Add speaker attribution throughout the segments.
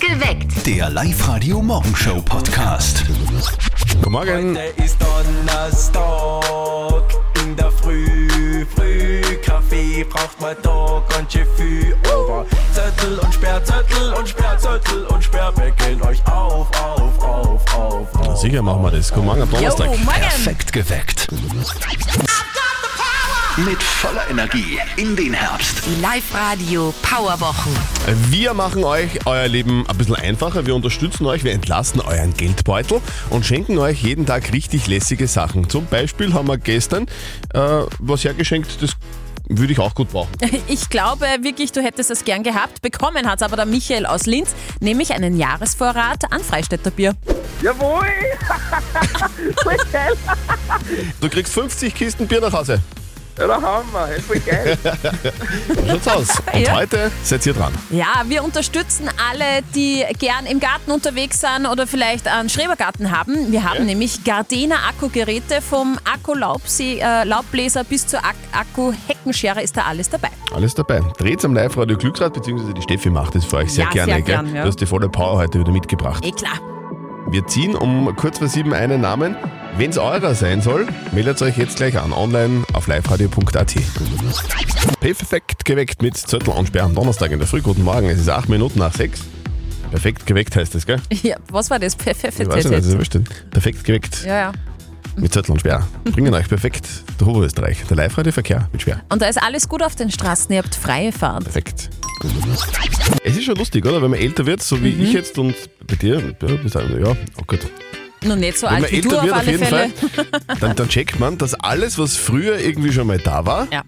Speaker 1: Geweckt.
Speaker 2: Der Live-Radio-Morgenshow-Podcast.
Speaker 3: Guten Morgen.
Speaker 4: Heute ist Donnerstag in der Früh, früh. Kaffee braucht man da ganz schön viel. Aber Zettel und Sperrzettel und Sperrzettel und Sperr weckeln euch auf, auf, auf, auf, auf.
Speaker 3: Sicher machen wir das. Guten Morgen am Donnerstag.
Speaker 2: Perfekt geweckt. Mit voller Energie in den Herbst.
Speaker 5: Die Live-Radio Powerwochen.
Speaker 3: Wir machen euch euer Leben ein bisschen einfacher. Wir unterstützen euch, wir entlasten euren Geldbeutel und schenken euch jeden Tag richtig lässige Sachen. Zum Beispiel haben wir gestern äh, was hergeschenkt, das würde ich auch gut brauchen.
Speaker 6: Ich glaube wirklich, du hättest es gern gehabt. Bekommen hat es aber der Michael aus Linz, nämlich einen Jahresvorrat an Freistädter Bier.
Speaker 7: Jawohl! voll geil!
Speaker 3: Du kriegst 50 Kisten Bier nach Hause.
Speaker 7: Ja, da haben wir, hey, voll geil!
Speaker 3: So schaut's aus. Und
Speaker 6: Ja.
Speaker 3: heute seid ihr dran.
Speaker 6: Ja, wir unterstützen alle, die gern im Garten unterwegs sind oder vielleicht einen Schrebergarten haben. Wir haben nämlich Gardena Akkugeräte vom Akku äh, Laubbläser bis zur Ak Akku Heckenschere ist da alles dabei.
Speaker 3: Alles dabei. Dreht's am Live-Radio Glücksrad, beziehungsweise die Steffi macht das für euch sehr
Speaker 6: Ja,
Speaker 3: gerne.
Speaker 6: sehr
Speaker 3: gell?
Speaker 6: gern, ja.
Speaker 3: Du hast die volle Power heute wieder mitgebracht.
Speaker 6: Eh klar.
Speaker 3: Wir ziehen um kurz vor sieben einen Namen. Wenn's eurer sein soll, meldet euch jetzt gleich an, online auf liveradio.at. Perfekt geweckt mit Zettel und Sperr am Donnerstag in der Früh. Guten Morgen, es ist acht Minuten nach sechs. Perfekt geweckt heißt das, gell?
Speaker 6: Ja, was war das?
Speaker 3: Ich weiß nicht, also was das bestimmt. Perfekt geweckt
Speaker 6: Ja, ja.
Speaker 3: mit Zettel und Sperr. Bringen euch perfekt durch Oberösterreich. Der Live-Radio-Verkehr mit Sperr.
Speaker 6: Und da ist alles gut auf den Straßen, ihr habt freie Fahrt.
Speaker 3: Perfekt. Es ist schon lustig, oder? Wenn man älter wird, so wie
Speaker 6: Mhm.
Speaker 3: ich jetzt und bei dir, ja, bis dahin, ja, oh Gott.
Speaker 6: Nur nicht so
Speaker 3: Wenn man
Speaker 6: alt wie du
Speaker 3: älter
Speaker 6: auf
Speaker 3: wird,
Speaker 6: alle
Speaker 3: auf jeden
Speaker 6: Fälle.
Speaker 3: Fall, dann, dann checkt man, dass alles, was früher irgendwie schon mal da war,
Speaker 6: Ja.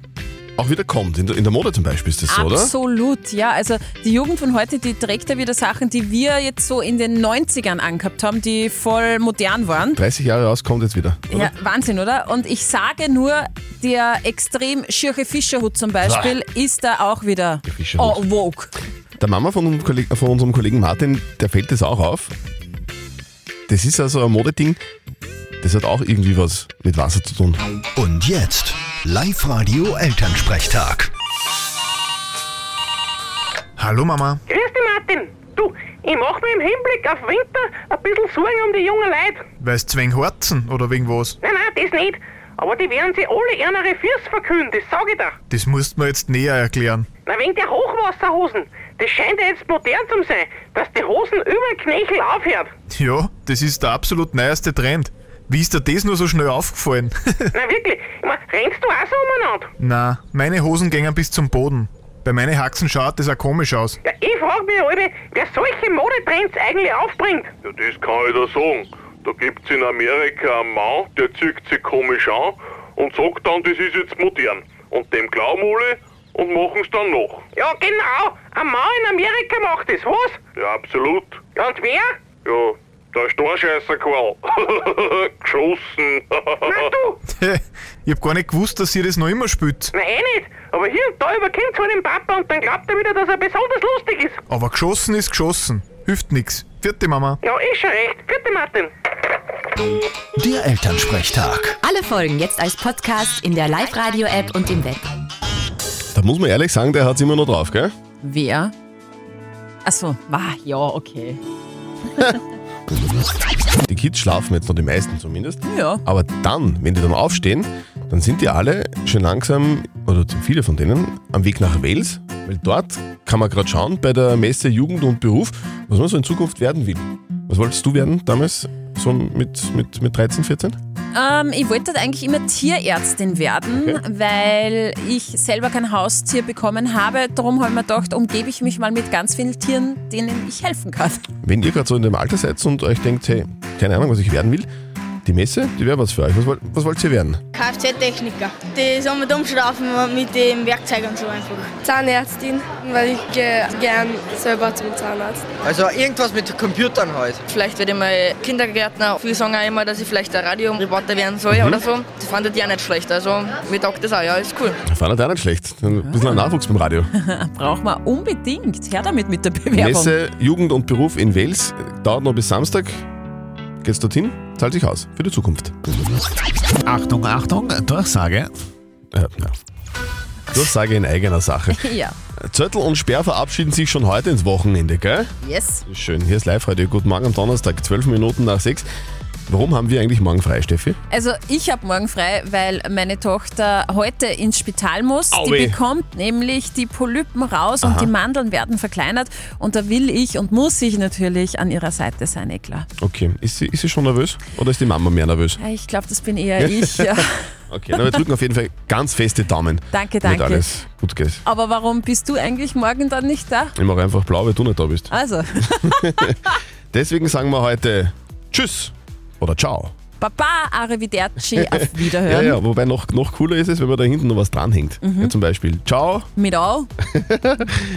Speaker 3: auch wieder kommt. In der, in der Mode zum Beispiel ist das so, oder?
Speaker 6: Absolut, ja. Also die Jugend von heute, die trägt ja wieder Sachen, die wir jetzt so in den 90ern angehabt haben, die voll modern waren.
Speaker 3: 30 Jahre raus kommt jetzt wieder. Oder?
Speaker 6: Ja, Wahnsinn, oder? Und ich sage nur, der extrem schirche Fischerhut zum Beispiel ist da auch wieder
Speaker 3: Fischerhut.
Speaker 6: oh, woke.
Speaker 3: Der Mama von, unserem Kolleg- von unserem Kollegen Martin, der fällt das auch auf. Das ist also ein Modeding, das hat auch irgendwie was mit Wasser zu tun.
Speaker 2: Und jetzt Live-Radio Elternsprechtag.
Speaker 8: Hallo Mama.
Speaker 9: Grüß dich, Martin. Du, ich mach mir im Hinblick auf Winter ein bisschen Sorgen um die jungen Leute.
Speaker 8: Weißt du wegen Horzen oder wegen was?
Speaker 9: Nein, nein, das nicht. Aber die werden sich alle ihre Füße verkühlen, das sag ich dir.
Speaker 8: Das musst du mir jetzt näher erklären.
Speaker 9: Na, wegen der Hochwasserhosen. Das scheint ja jetzt modern zu sein, dass die Hosen über den Knöchel aufhört.
Speaker 8: Ja, das ist der absolut neueste Trend. Wie ist dir das nur so schnell aufgefallen?
Speaker 9: Na wirklich, ich mein, rennst du auch so umeinander?
Speaker 8: Na, meine Hosen gingen bis zum Boden. Bei meinen Haxen schaut das auch komisch aus.
Speaker 9: Ja, ich frag mich alle, wer solche Modetrends eigentlich aufbringt.
Speaker 10: Ja, das kann ich dir sagen. Da gibt's in Amerika einen Mann, der zieht sich komisch an und sagt dann, das ist jetzt modern. Und dem glauben alle und machen's dann noch.
Speaker 9: Ja, genau. Ein Mann in Amerika macht das, was?
Speaker 10: Ja, absolut.
Speaker 9: Ja, und wer?
Speaker 10: Ja, der Storscheißerqual. Geschossen.
Speaker 9: Na, du.
Speaker 8: ich hab gar nicht gewusst, dass ihr das noch immer spielt.
Speaker 9: Nein, eh nicht. Aber hier und da überkennt halt den Papa und dann glaubt er wieder, dass er besonders lustig ist.
Speaker 8: Aber geschossen ist geschossen. Hilft nix. Vierte Mama.
Speaker 9: Ja, ist schon recht. Vierte Martin.
Speaker 2: Der Elternsprechtag.
Speaker 5: Alle Folgen jetzt als Podcast in der Live-Radio-App und im Web.
Speaker 3: Da muss man ehrlich sagen, der hat's immer noch drauf, gell?
Speaker 6: Wer? Achso, wah, ja, okay.
Speaker 3: Die Kids schlafen jetzt noch, die meisten zumindest.
Speaker 6: Ja.
Speaker 3: Aber dann, wenn die dann aufstehen, dann sind die alle schon langsam, oder viele von denen, am Weg nach Wales. Weil dort kann man gerade schauen, bei der Messe Jugend und Beruf, was man so in Zukunft werden will. Was wolltest du werden damals, so mit, mit, mit 13, 14?
Speaker 6: Ähm, ich wollte eigentlich immer Tierärztin werden, weil ich selber kein Haustier bekommen habe. Darum habe ich mir gedacht, umgebe ich mich mal mit ganz vielen Tieren, denen ich helfen kann.
Speaker 3: Wenn ihr gerade so in dem Alter seid und euch denkt, hey, keine Ahnung, was ich werden will, die Messe, die wäre was für euch. Was, wollt- was wollt ihr werden?
Speaker 9: Kfz-Techniker. Die sollen mit umschrauben mit dem Werkzeug und so einfach.
Speaker 7: Zahnärztin, weil ich äh, gern selber zum Zahnarzt.
Speaker 4: Also irgendwas mit Computern halt.
Speaker 9: Vielleicht werde ich mal Kindergärtner. Viele sagen auch immer, dass ich vielleicht ein Radioreporter werden soll oder so. Das fand ich ja nicht schlecht. Also mir taugt das auch, ja, ist cool.
Speaker 3: Fand ihr auch nicht schlecht. Ein bisschen ein Nachwuchs beim Radio.
Speaker 6: Braucht man unbedingt. Her damit mit der Bewerbung.
Speaker 3: Messe Jugend und Beruf in Wels dauert noch bis Samstag. Geht's dorthin, zahlt sich aus für die Zukunft.
Speaker 2: Achtung, Achtung, Durchsage.
Speaker 3: Äh, ja. Durchsage in eigener Sache.
Speaker 6: Ja.
Speaker 3: Zöttl und Sperr verabschieden sich schon heute ins Wochenende, gell?
Speaker 6: Yes.
Speaker 3: Schön, hier ist live heute. Guten Morgen am Donnerstag, 12 Minuten nach 6. Warum haben wir eigentlich morgen frei, Steffi?
Speaker 6: Also ich habe morgen frei, weil meine Tochter heute ins Spital muss.
Speaker 3: Auweh.
Speaker 6: Die bekommt nämlich die Polypen raus und die Mandeln werden verkleinert. Und da will ich und muss ich natürlich an ihrer Seite sein, eh klar.
Speaker 3: Okay, ist sie, ist sie schon nervös oder ist die Mama mehr nervös?
Speaker 6: Ja, Ich glaube, das bin eher ich. Ja.
Speaker 3: Okay, na, wir drücken auf jeden Fall ganz fest die Daumen.
Speaker 6: Danke,
Speaker 3: damit
Speaker 6: danke.
Speaker 3: alles gut geht.
Speaker 6: Aber warum bist du eigentlich morgen dann nicht da?
Speaker 3: Ich mache einfach blau, weil du nicht da bist.
Speaker 6: Also,
Speaker 3: Deswegen sagen wir heute Tschüss oder Ciao.
Speaker 6: Baba, arrivederci, auf
Speaker 3: Ja,
Speaker 6: Wiederhören.
Speaker 3: ja, wobei noch, noch cooler ist es, wenn man da hinten noch was dranhängt.
Speaker 6: Mhm.
Speaker 3: Ja, zum Beispiel Ciao,
Speaker 6: Mit au.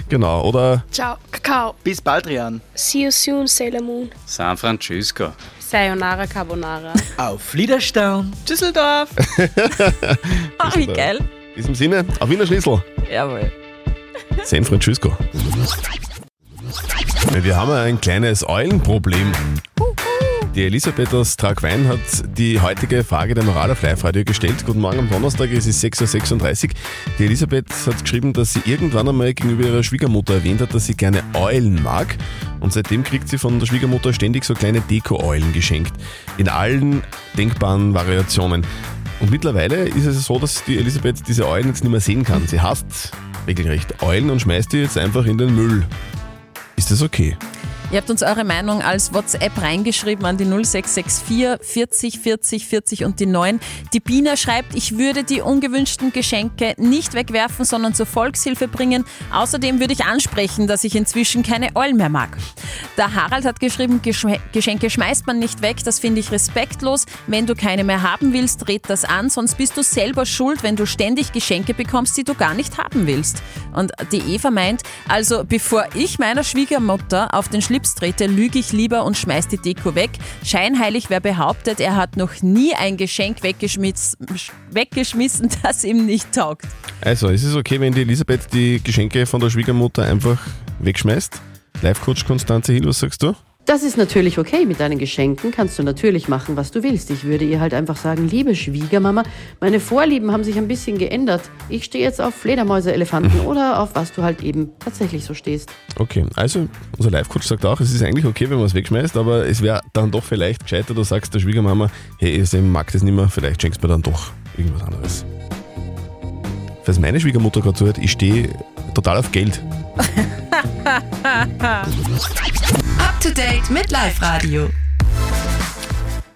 Speaker 3: genau, oder
Speaker 7: Ciao, Kakao.
Speaker 1: Bis bald, Rian.
Speaker 7: See you soon, Sailor Moon.
Speaker 1: San Francisco.
Speaker 7: Sayonara Carbonara.
Speaker 1: Auf Liederstern. Düsseldorf.
Speaker 6: Oh, wie geil.
Speaker 3: in diesem Sinne, auf Wiener Schlüssel.
Speaker 6: Jawohl.
Speaker 3: San Francisco. Wir haben ja ein kleines Eulenproblem. Die Elisabeth aus Tragwein hat die heutige Frage der Moral auf Live-Radio gestellt. Guten Morgen am Donnerstag, es ist 6.36 Uhr. Die Elisabeth hat geschrieben, dass sie irgendwann einmal gegenüber ihrer Schwiegermutter erwähnt hat, dass sie gerne Eulen mag. Und seitdem kriegt sie von der Schwiegermutter ständig so kleine Deko-Eulen geschenkt. In allen denkbaren Variationen. Und mittlerweile ist es so, dass die Elisabeth diese Eulen jetzt nicht mehr sehen kann. Sie hasst regelrecht Eulen und schmeißt die jetzt einfach in den Müll. Ist das okay?
Speaker 6: Ihr habt uns eure Meinung als WhatsApp reingeschrieben an die 0664 40 40 40 und die 9. Die Bina schreibt, ich würde die ungewünschten Geschenke nicht wegwerfen, sondern zur Volkshilfe bringen. Außerdem würde ich ansprechen, dass ich inzwischen keine Eulen mehr mag. Der Harald hat geschrieben, Geschme- Geschenke schmeißt man nicht weg, das finde ich respektlos. Wenn du keine mehr haben willst, red das an, sonst bist du selber schuld, wenn du ständig Geschenke bekommst, die du gar nicht haben willst. Und die Eva meint, also bevor ich meiner Schwiegermutter auf den Schlips trete, lüge ich lieber und schmeiß die Deko weg. Scheinheilig, wer behauptet, er hat noch nie ein Geschenk weggeschmiss weggeschmissen, das ihm nicht taugt.
Speaker 3: Also, ist es okay, wenn die Elisabeth die Geschenke von der Schwiegermutter einfach wegschmeißt? Live-Coach Konstanze Hill, was sagst du?
Speaker 11: Das ist natürlich okay mit deinen Geschenken, kannst du natürlich machen, was du willst. Ich würde ihr halt einfach sagen, liebe Schwiegermama, meine Vorlieben haben sich ein bisschen geändert. Ich stehe jetzt auf Fledermäuse, Elefanten oder auf was du halt eben tatsächlich so stehst.
Speaker 3: Okay, also unser Live-Coach sagt auch, es ist eigentlich okay, wenn man es wegschmeißt, aber es wäre dann doch vielleicht gescheiter, du sagst der Schwiegermama, hey, ich mag das nicht mehr, vielleicht schenkst du mir dann doch irgendwas anderes. Falls meine Schwiegermutter gerade zuhört, ich stehe total auf Geld.
Speaker 5: Up to date mit Live Radio.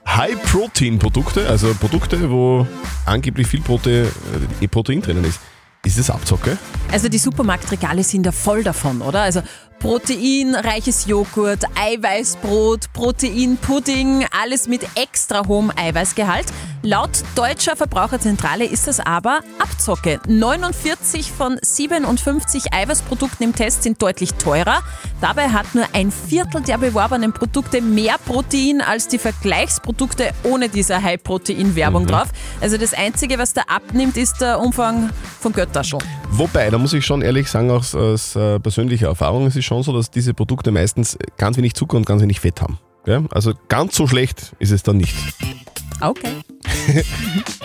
Speaker 3: High-Protein-Produkte, also Produkte, wo angeblich viel Prote äh, Protein drinnen ist, ist das Abzocke?
Speaker 6: Also die Supermarktregale sind ja voll davon, oder? Also proteinreiches Joghurt, Eiweißbrot, Proteinpudding, alles mit extra hohem Eiweißgehalt. Laut deutscher Verbraucherzentrale ist das aber Abzocke. 49 von 57 Eiweißprodukten im Test sind deutlich teurer. Dabei hat nur ein Viertel der beworbenen Produkte mehr Protein als die Vergleichsprodukte ohne diese High-Protein-Werbung drauf. Also das Einzige, was da abnimmt, ist der Umfang vom Göttaschel.
Speaker 3: Wobei, da muss ich schon ehrlich sagen, aus, aus äh, persönlicher Erfahrung, es ist schon so, dass diese Produkte meistens ganz wenig Zucker und ganz wenig Fett haben. Gell? Also ganz so schlecht ist es dann nicht.
Speaker 6: Okay.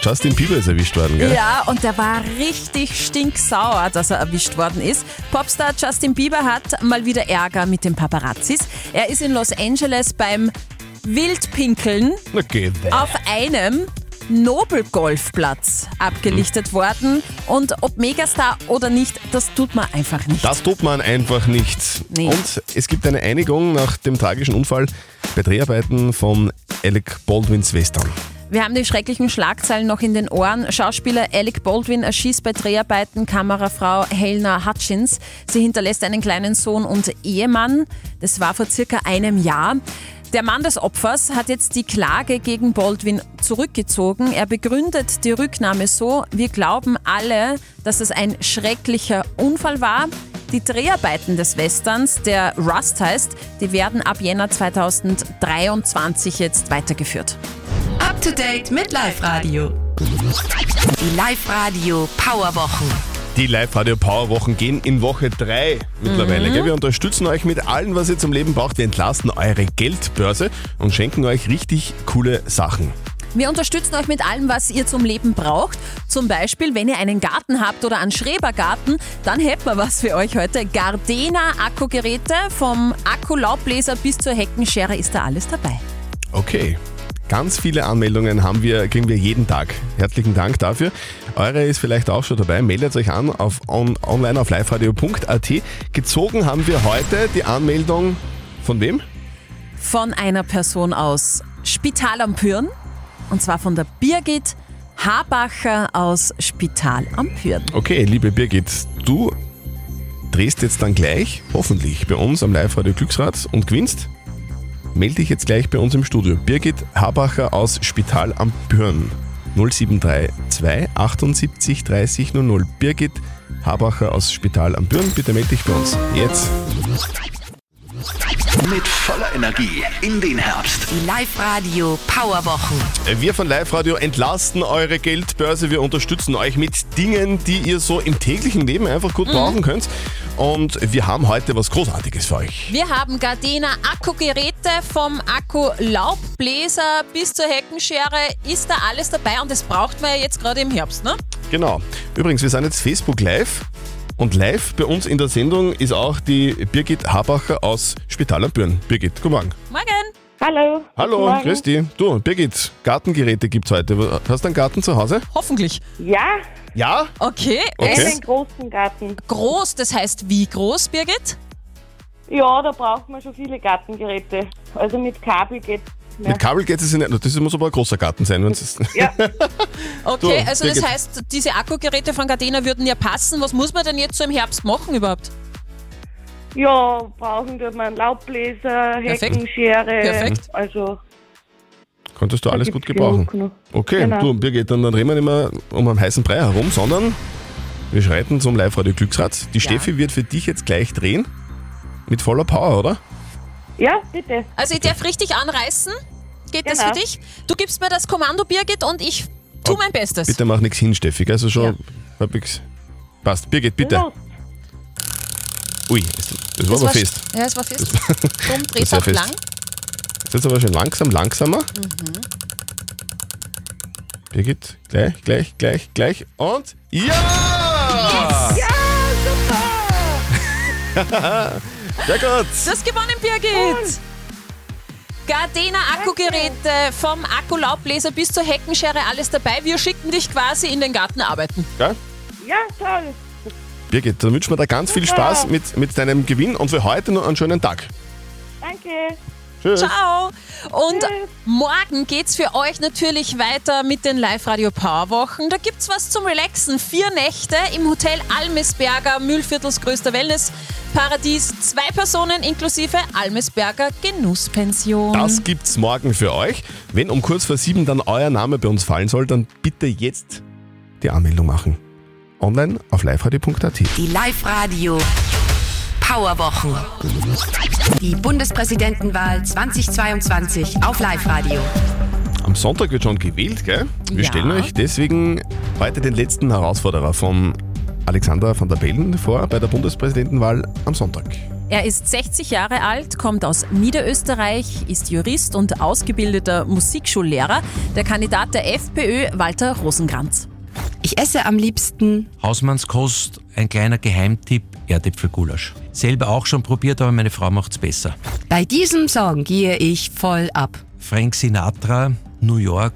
Speaker 3: Justin Bieber ist erwischt worden, gell?
Speaker 6: Ja, und der war richtig stinksauer, dass er erwischt worden ist. Popstar Justin Bieber hat mal wieder Ärger mit den Paparazzis. Er ist in Los Angeles beim Wildpinkeln
Speaker 3: Na geh weg.
Speaker 6: auf einem Nobelgolfplatz abgelichtet worden. Und ob Megastar oder nicht, das tut man einfach nicht.
Speaker 3: Das tut man einfach nicht.
Speaker 6: Nee.
Speaker 3: Und es gibt eine Einigung nach dem tragischen Unfall bei Dreharbeiten von Alec Baldwins Western.
Speaker 6: Wir haben die schrecklichen Schlagzeilen noch in den Ohren. Schauspieler Alec Baldwin erschießt bei Dreharbeiten Kamerafrau Helena Hutchins. Sie hinterlässt einen kleinen Sohn und Ehemann. Das war vor circa einem Jahr. Der Mann des Opfers hat jetzt die Klage gegen Baldwin zurückgezogen. Er begründet die Rücknahme so, wir glauben alle, dass es ein schrecklicher Unfall war. Die Dreharbeiten des Westerns, der Rust heißt, die werden ab Jänner 2023 jetzt weitergeführt.
Speaker 5: Up to date mit Live Radio. Die Live Radio Powerwochen.
Speaker 3: Die Live-Radio Power-Wochen gehen in Woche 3
Speaker 6: Mhm.
Speaker 3: mittlerweile. Gell? Wir unterstützen euch mit allem, was ihr zum Leben braucht. Wir entlasten eure Geldbörse und schenken euch richtig coole Sachen.
Speaker 6: Wir unterstützen euch mit allem, was ihr zum Leben braucht. Zum Beispiel, wenn ihr einen Garten habt oder einen Schrebergarten, dann hätten wir was für euch heute. Gardena Akkugeräte, vom Akkulaubbläser bis zur Heckenschere ist da alles dabei.
Speaker 3: Okay. Ganz viele Anmeldungen haben wir, kriegen wir jeden Tag. Herzlichen Dank dafür. Eure ist vielleicht auch schon dabei. Meldet euch an auf on, online auf liveradio.at. Gezogen haben wir heute die Anmeldung von wem?
Speaker 6: Von einer Person aus Spital am Püren, und zwar von der Birgit Habacher aus Spital am Püren.
Speaker 3: Okay, liebe Birgit, du drehst jetzt dann gleich, hoffentlich, bei uns am Live-Radio Glücksrad und gewinnst. Melde dich jetzt gleich bei uns im Studio. Birgit Habacher aus Spital am Pürn. 0732 78 30 00. Birgit Habacher aus Spital am Pürn, bitte melde dich bei uns. Jetzt.
Speaker 2: Mit voller Energie in den Herbst.
Speaker 5: Die Live-Radio Powerwochen.
Speaker 3: Wir von Live Radio entlasten eure Geldbörse. Wir unterstützen euch mit Dingen, die ihr so im täglichen Leben einfach gut brauchen könnt. Und wir haben heute was Großartiges für euch.
Speaker 6: Wir haben Gardena Akkugeräte vom Akkulaubbläser bis zur Heckenschere. Ist da alles dabei und das braucht man ja jetzt gerade im Herbst, ne?
Speaker 3: Genau. Übrigens, wir sind jetzt Facebook Live. Und live bei uns in der Sendung ist auch die Birgit Habacher aus Spital am Bürn. Birgit, guten Morgen.
Speaker 6: Morgen!
Speaker 12: Hallo.
Speaker 3: Hallo, grüß dich. Du, Birgit, Gartengeräte gibt's heute. Hast du einen Garten zu Hause?
Speaker 6: Hoffentlich.
Speaker 12: Ja,
Speaker 3: Ja?
Speaker 6: Okay.
Speaker 12: einen großen Garten.
Speaker 6: Groß, das heißt wie groß, Birgit?
Speaker 12: Ja, da braucht man schon viele Gartengeräte. Also mit Kabel geht's mehr.
Speaker 3: Mit Kabel geht es nicht. Das muss aber ein großer Garten sein. wenn's ist.
Speaker 6: Okay,
Speaker 3: Du,
Speaker 6: also das
Speaker 3: Birgit.
Speaker 6: heißt, diese Akkugeräte von Gardena würden ja passen. Was muss man denn jetzt so im Herbst machen überhaupt?
Speaker 12: Ja, brauchen tut man einen Laubbläser,
Speaker 6: Perfekt.
Speaker 12: Heckenschere.
Speaker 3: Perfekt.
Speaker 12: Also
Speaker 3: Konntest du alles gut gebrauchen.
Speaker 12: genug noch.
Speaker 3: Okay,
Speaker 12: Genau.
Speaker 3: du, Birgit, dann, dann reden wir nicht mehr um einen heißen Brei herum, sondern wir schreiten zum Live-Radio Glücksrad. Die Steffi wird für dich jetzt gleich drehen. Mit voller Power, oder?
Speaker 12: Ja, bitte.
Speaker 6: Also ich darf richtig anreißen. Geht das
Speaker 12: Genau.
Speaker 6: für dich? Du gibst mir das Kommando, Birgit, und ich tu mein Bestes.
Speaker 3: Oh, Bitte mach nichts hin, Steffi. gell? Also schon hab ich's. Passt. Birgit, bitte.
Speaker 6: Los.
Speaker 3: Ui, das, das war aber fest.
Speaker 6: Ja, es war fest. Drum
Speaker 3: Das
Speaker 6: dreht
Speaker 3: war
Speaker 6: auch
Speaker 3: fest.
Speaker 6: lang.
Speaker 3: Jetzt wird's aber schon langsam, langsamer. Birgit, gleich, gleich, gleich, gleich. Und ja! Ja, gut.
Speaker 6: Das gewonnen, Birgit! Gardena Akkugeräte vom Akkulaubbläser bis zur Heckenschere, alles dabei. Wir schicken dich quasi in den Garten arbeiten.
Speaker 3: Geil?
Speaker 12: Ja, toll.
Speaker 3: Birgit, dann wünschen wir dir ganz viel Spaß mit, mit deinem Gewinn und für heute noch einen schönen Tag.
Speaker 12: Danke.
Speaker 3: Tschüss.
Speaker 6: Ciao. Und morgen geht's für euch natürlich weiter mit den Live-Radio Powerwochen. Da gibt's was zum Relaxen. Vier Nächte im Hotel Almesberger, Mühlviertels größter Wellnessparadies. Zwei Personen inklusive Almesberger Genusspension.
Speaker 3: Das gibt's morgen für euch. Wenn um kurz vor sieben dann euer Name bei uns fallen soll, dann bitte jetzt die Anmeldung machen. Online auf liveradio.at.
Speaker 5: Die Live-Radio Powerwochen. Die Bundespräsidentenwahl 2022 auf Live-Radio.
Speaker 3: Am Sonntag wird schon gewählt, gell? Wir
Speaker 5: Ja.
Speaker 3: stellen euch deswegen heute den letzten Herausforderer von Alexander van der Bellen vor bei der Bundespräsidentenwahl am Sonntag.
Speaker 6: Er ist 60 Jahre alt, kommt aus Niederösterreich, ist Jurist und ausgebildeter Musikschullehrer. Der Kandidat der FPÖ, Walter Rosenkranz.
Speaker 5: Ich esse am liebsten
Speaker 13: Hausmannskost, ein kleiner Geheimtipp, Erdäpfelgulasch. Selber auch schon probiert, aber meine Frau macht's besser.
Speaker 5: Bei diesem Song gehe ich voll ab.
Speaker 13: Frank Sinatra, New York,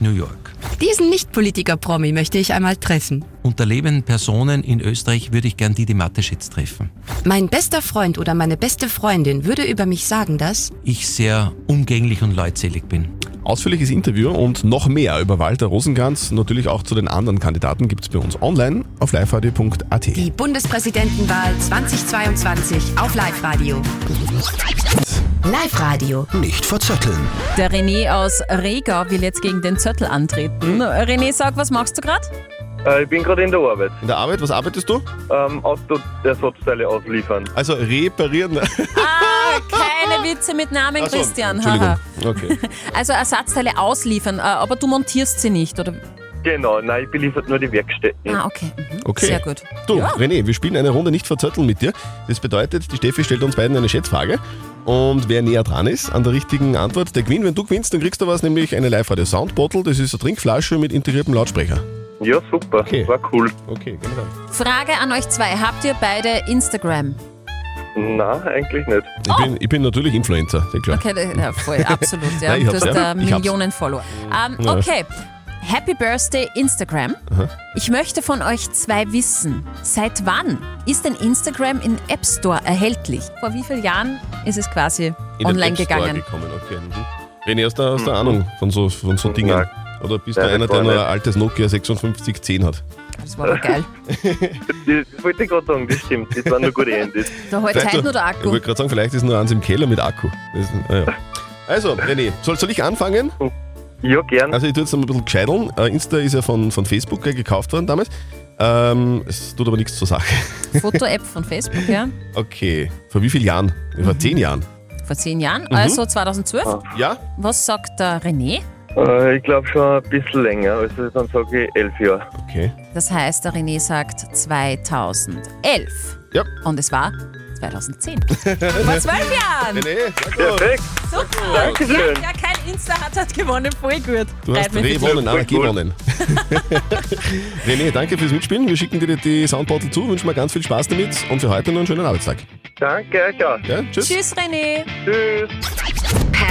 Speaker 13: New York.
Speaker 5: Diesen Nicht-Politiker-Promi möchte ich einmal treffen.
Speaker 13: Unter lebenden Personen in Österreich würde ich gern Didi Mateschitz treffen.
Speaker 5: Mein bester Freund oder meine beste Freundin würde über mich sagen, dass
Speaker 13: Ich sehr umgänglich und leutselig bin.
Speaker 3: Ausführliches Interview und noch mehr über Walter Rosenkranz, natürlich auch zu den anderen Kandidaten, gibt's bei uns online auf liveradio.at.
Speaker 5: die Bundespräsidentenwahl 2022 auf Live-Radio. Live-Radio.
Speaker 2: Nicht verzetteln.
Speaker 6: Der René aus Regau will jetzt gegen den Zöttl antreten. René, sag, was machst du gerade?
Speaker 14: Äh, ich bin gerade in der Arbeit.
Speaker 3: In der Arbeit? Was arbeitest du?
Speaker 14: Ähm, Autoersatzteile ausliefern.
Speaker 3: Also reparieren.
Speaker 6: Ah, keine Witze mit Namen,
Speaker 3: Ach so,
Speaker 6: Christian.
Speaker 3: Entschuldigung.
Speaker 6: haha.
Speaker 3: Okay.
Speaker 6: Also Ersatzteile ausliefern, äh, aber du montierst sie nicht, oder?
Speaker 14: Genau, nein, ich beliefert nur die Werkstätten.
Speaker 6: Ah, okay. Mhm.
Speaker 3: Okay.
Speaker 6: Sehr gut.
Speaker 3: Du, René, wir spielen eine Runde nicht verzötteln mit dir. Das bedeutet, die Steffi stellt uns beiden eine Schätzfrage. Und wer näher dran ist an der richtigen Antwort, der gewinnt. Wenn du gewinnst, dann kriegst du was, nämlich eine Live-Radio Sound Bottle. Das ist eine Trinkflasche mit integriertem Lautsprecher.
Speaker 14: Ja, super. War cool.
Speaker 3: Okay, genau.
Speaker 6: Frage an euch zwei. Habt ihr beide Instagram?
Speaker 14: Nein, eigentlich nicht.
Speaker 3: Ich, bin, ich bin natürlich Influencer, sehr klar.
Speaker 6: Okay, da- ja, voll, absolut. Ja.
Speaker 3: Nein, ich
Speaker 6: du
Speaker 3: hab's,
Speaker 6: hast
Speaker 3: ja.
Speaker 6: da
Speaker 3: Ich hab's.
Speaker 6: Millionen Follower. Ähm,
Speaker 3: Ja.
Speaker 6: okay. Happy Birthday Instagram.
Speaker 3: Aha.
Speaker 6: Ich möchte von euch zwei wissen, seit wann ist denn Instagram im App Store erhältlich? Vor wie vielen Jahren ist es quasi
Speaker 3: In den
Speaker 6: online
Speaker 3: App Store
Speaker 6: gegangen?
Speaker 3: Gekommen. Okay. mhm. René, hast du hast du Ahnung von so, von so Dingen? Oder bist du
Speaker 14: Mhm. Nein,
Speaker 3: einer,
Speaker 14: gar
Speaker 3: der noch ein
Speaker 14: nicht.
Speaker 3: altes Nokia 5610 hat?
Speaker 6: Das war aber geil.
Speaker 14: Das, das wollte ich gerade sagen, das stimmt. Das waren nur gute Handys.
Speaker 6: Da heute halt nur der
Speaker 3: Ich
Speaker 6: Akku.
Speaker 3: wollte gerade sagen, vielleicht ist nur eins im Keller mit Akku. Das, naja. Also, René, soll, soll ich anfangen?
Speaker 14: Ja, gern.
Speaker 3: Also, ich tue jetzt noch ein bisschen gescheideln. Äh, Insta ist ja von, von Facebook äh, gekauft worden damals. Ähm, es tut aber nichts zur Sache.
Speaker 6: Foto-App von Facebook, ja.
Speaker 3: Okay, vor wie vielen Jahren? Vor zehn Jahren.
Speaker 6: Vor zehn Jahren,
Speaker 3: Mhm.
Speaker 6: also 2012.
Speaker 3: Ja?
Speaker 6: Was sagt der René?
Speaker 14: Äh, ich glaube schon ein bisschen länger. Also dann sage ich elf Jahre.
Speaker 3: Okay.
Speaker 6: Das heißt, der René sagt 2011.
Speaker 3: Ja.
Speaker 6: Und es war 2010. Vor zwölf Jahren.
Speaker 14: Perfekt.
Speaker 6: Super.
Speaker 14: Dankeschön.
Speaker 6: Ja, ja, kein Insta hat, hat gewonnen. Voll gut.
Speaker 3: Du hast
Speaker 6: Freut mich.
Speaker 3: gewonnen, aber gewonnen. René, danke fürs Mitspielen. Wir schicken dir die Soundbottle zu, wünschen mal ganz viel Spaß damit und für heute noch einen schönen Arbeitstag.
Speaker 14: Danke, euch auch.
Speaker 3: Ja, tschüss.
Speaker 6: Tschüss, René.
Speaker 14: Tschüss.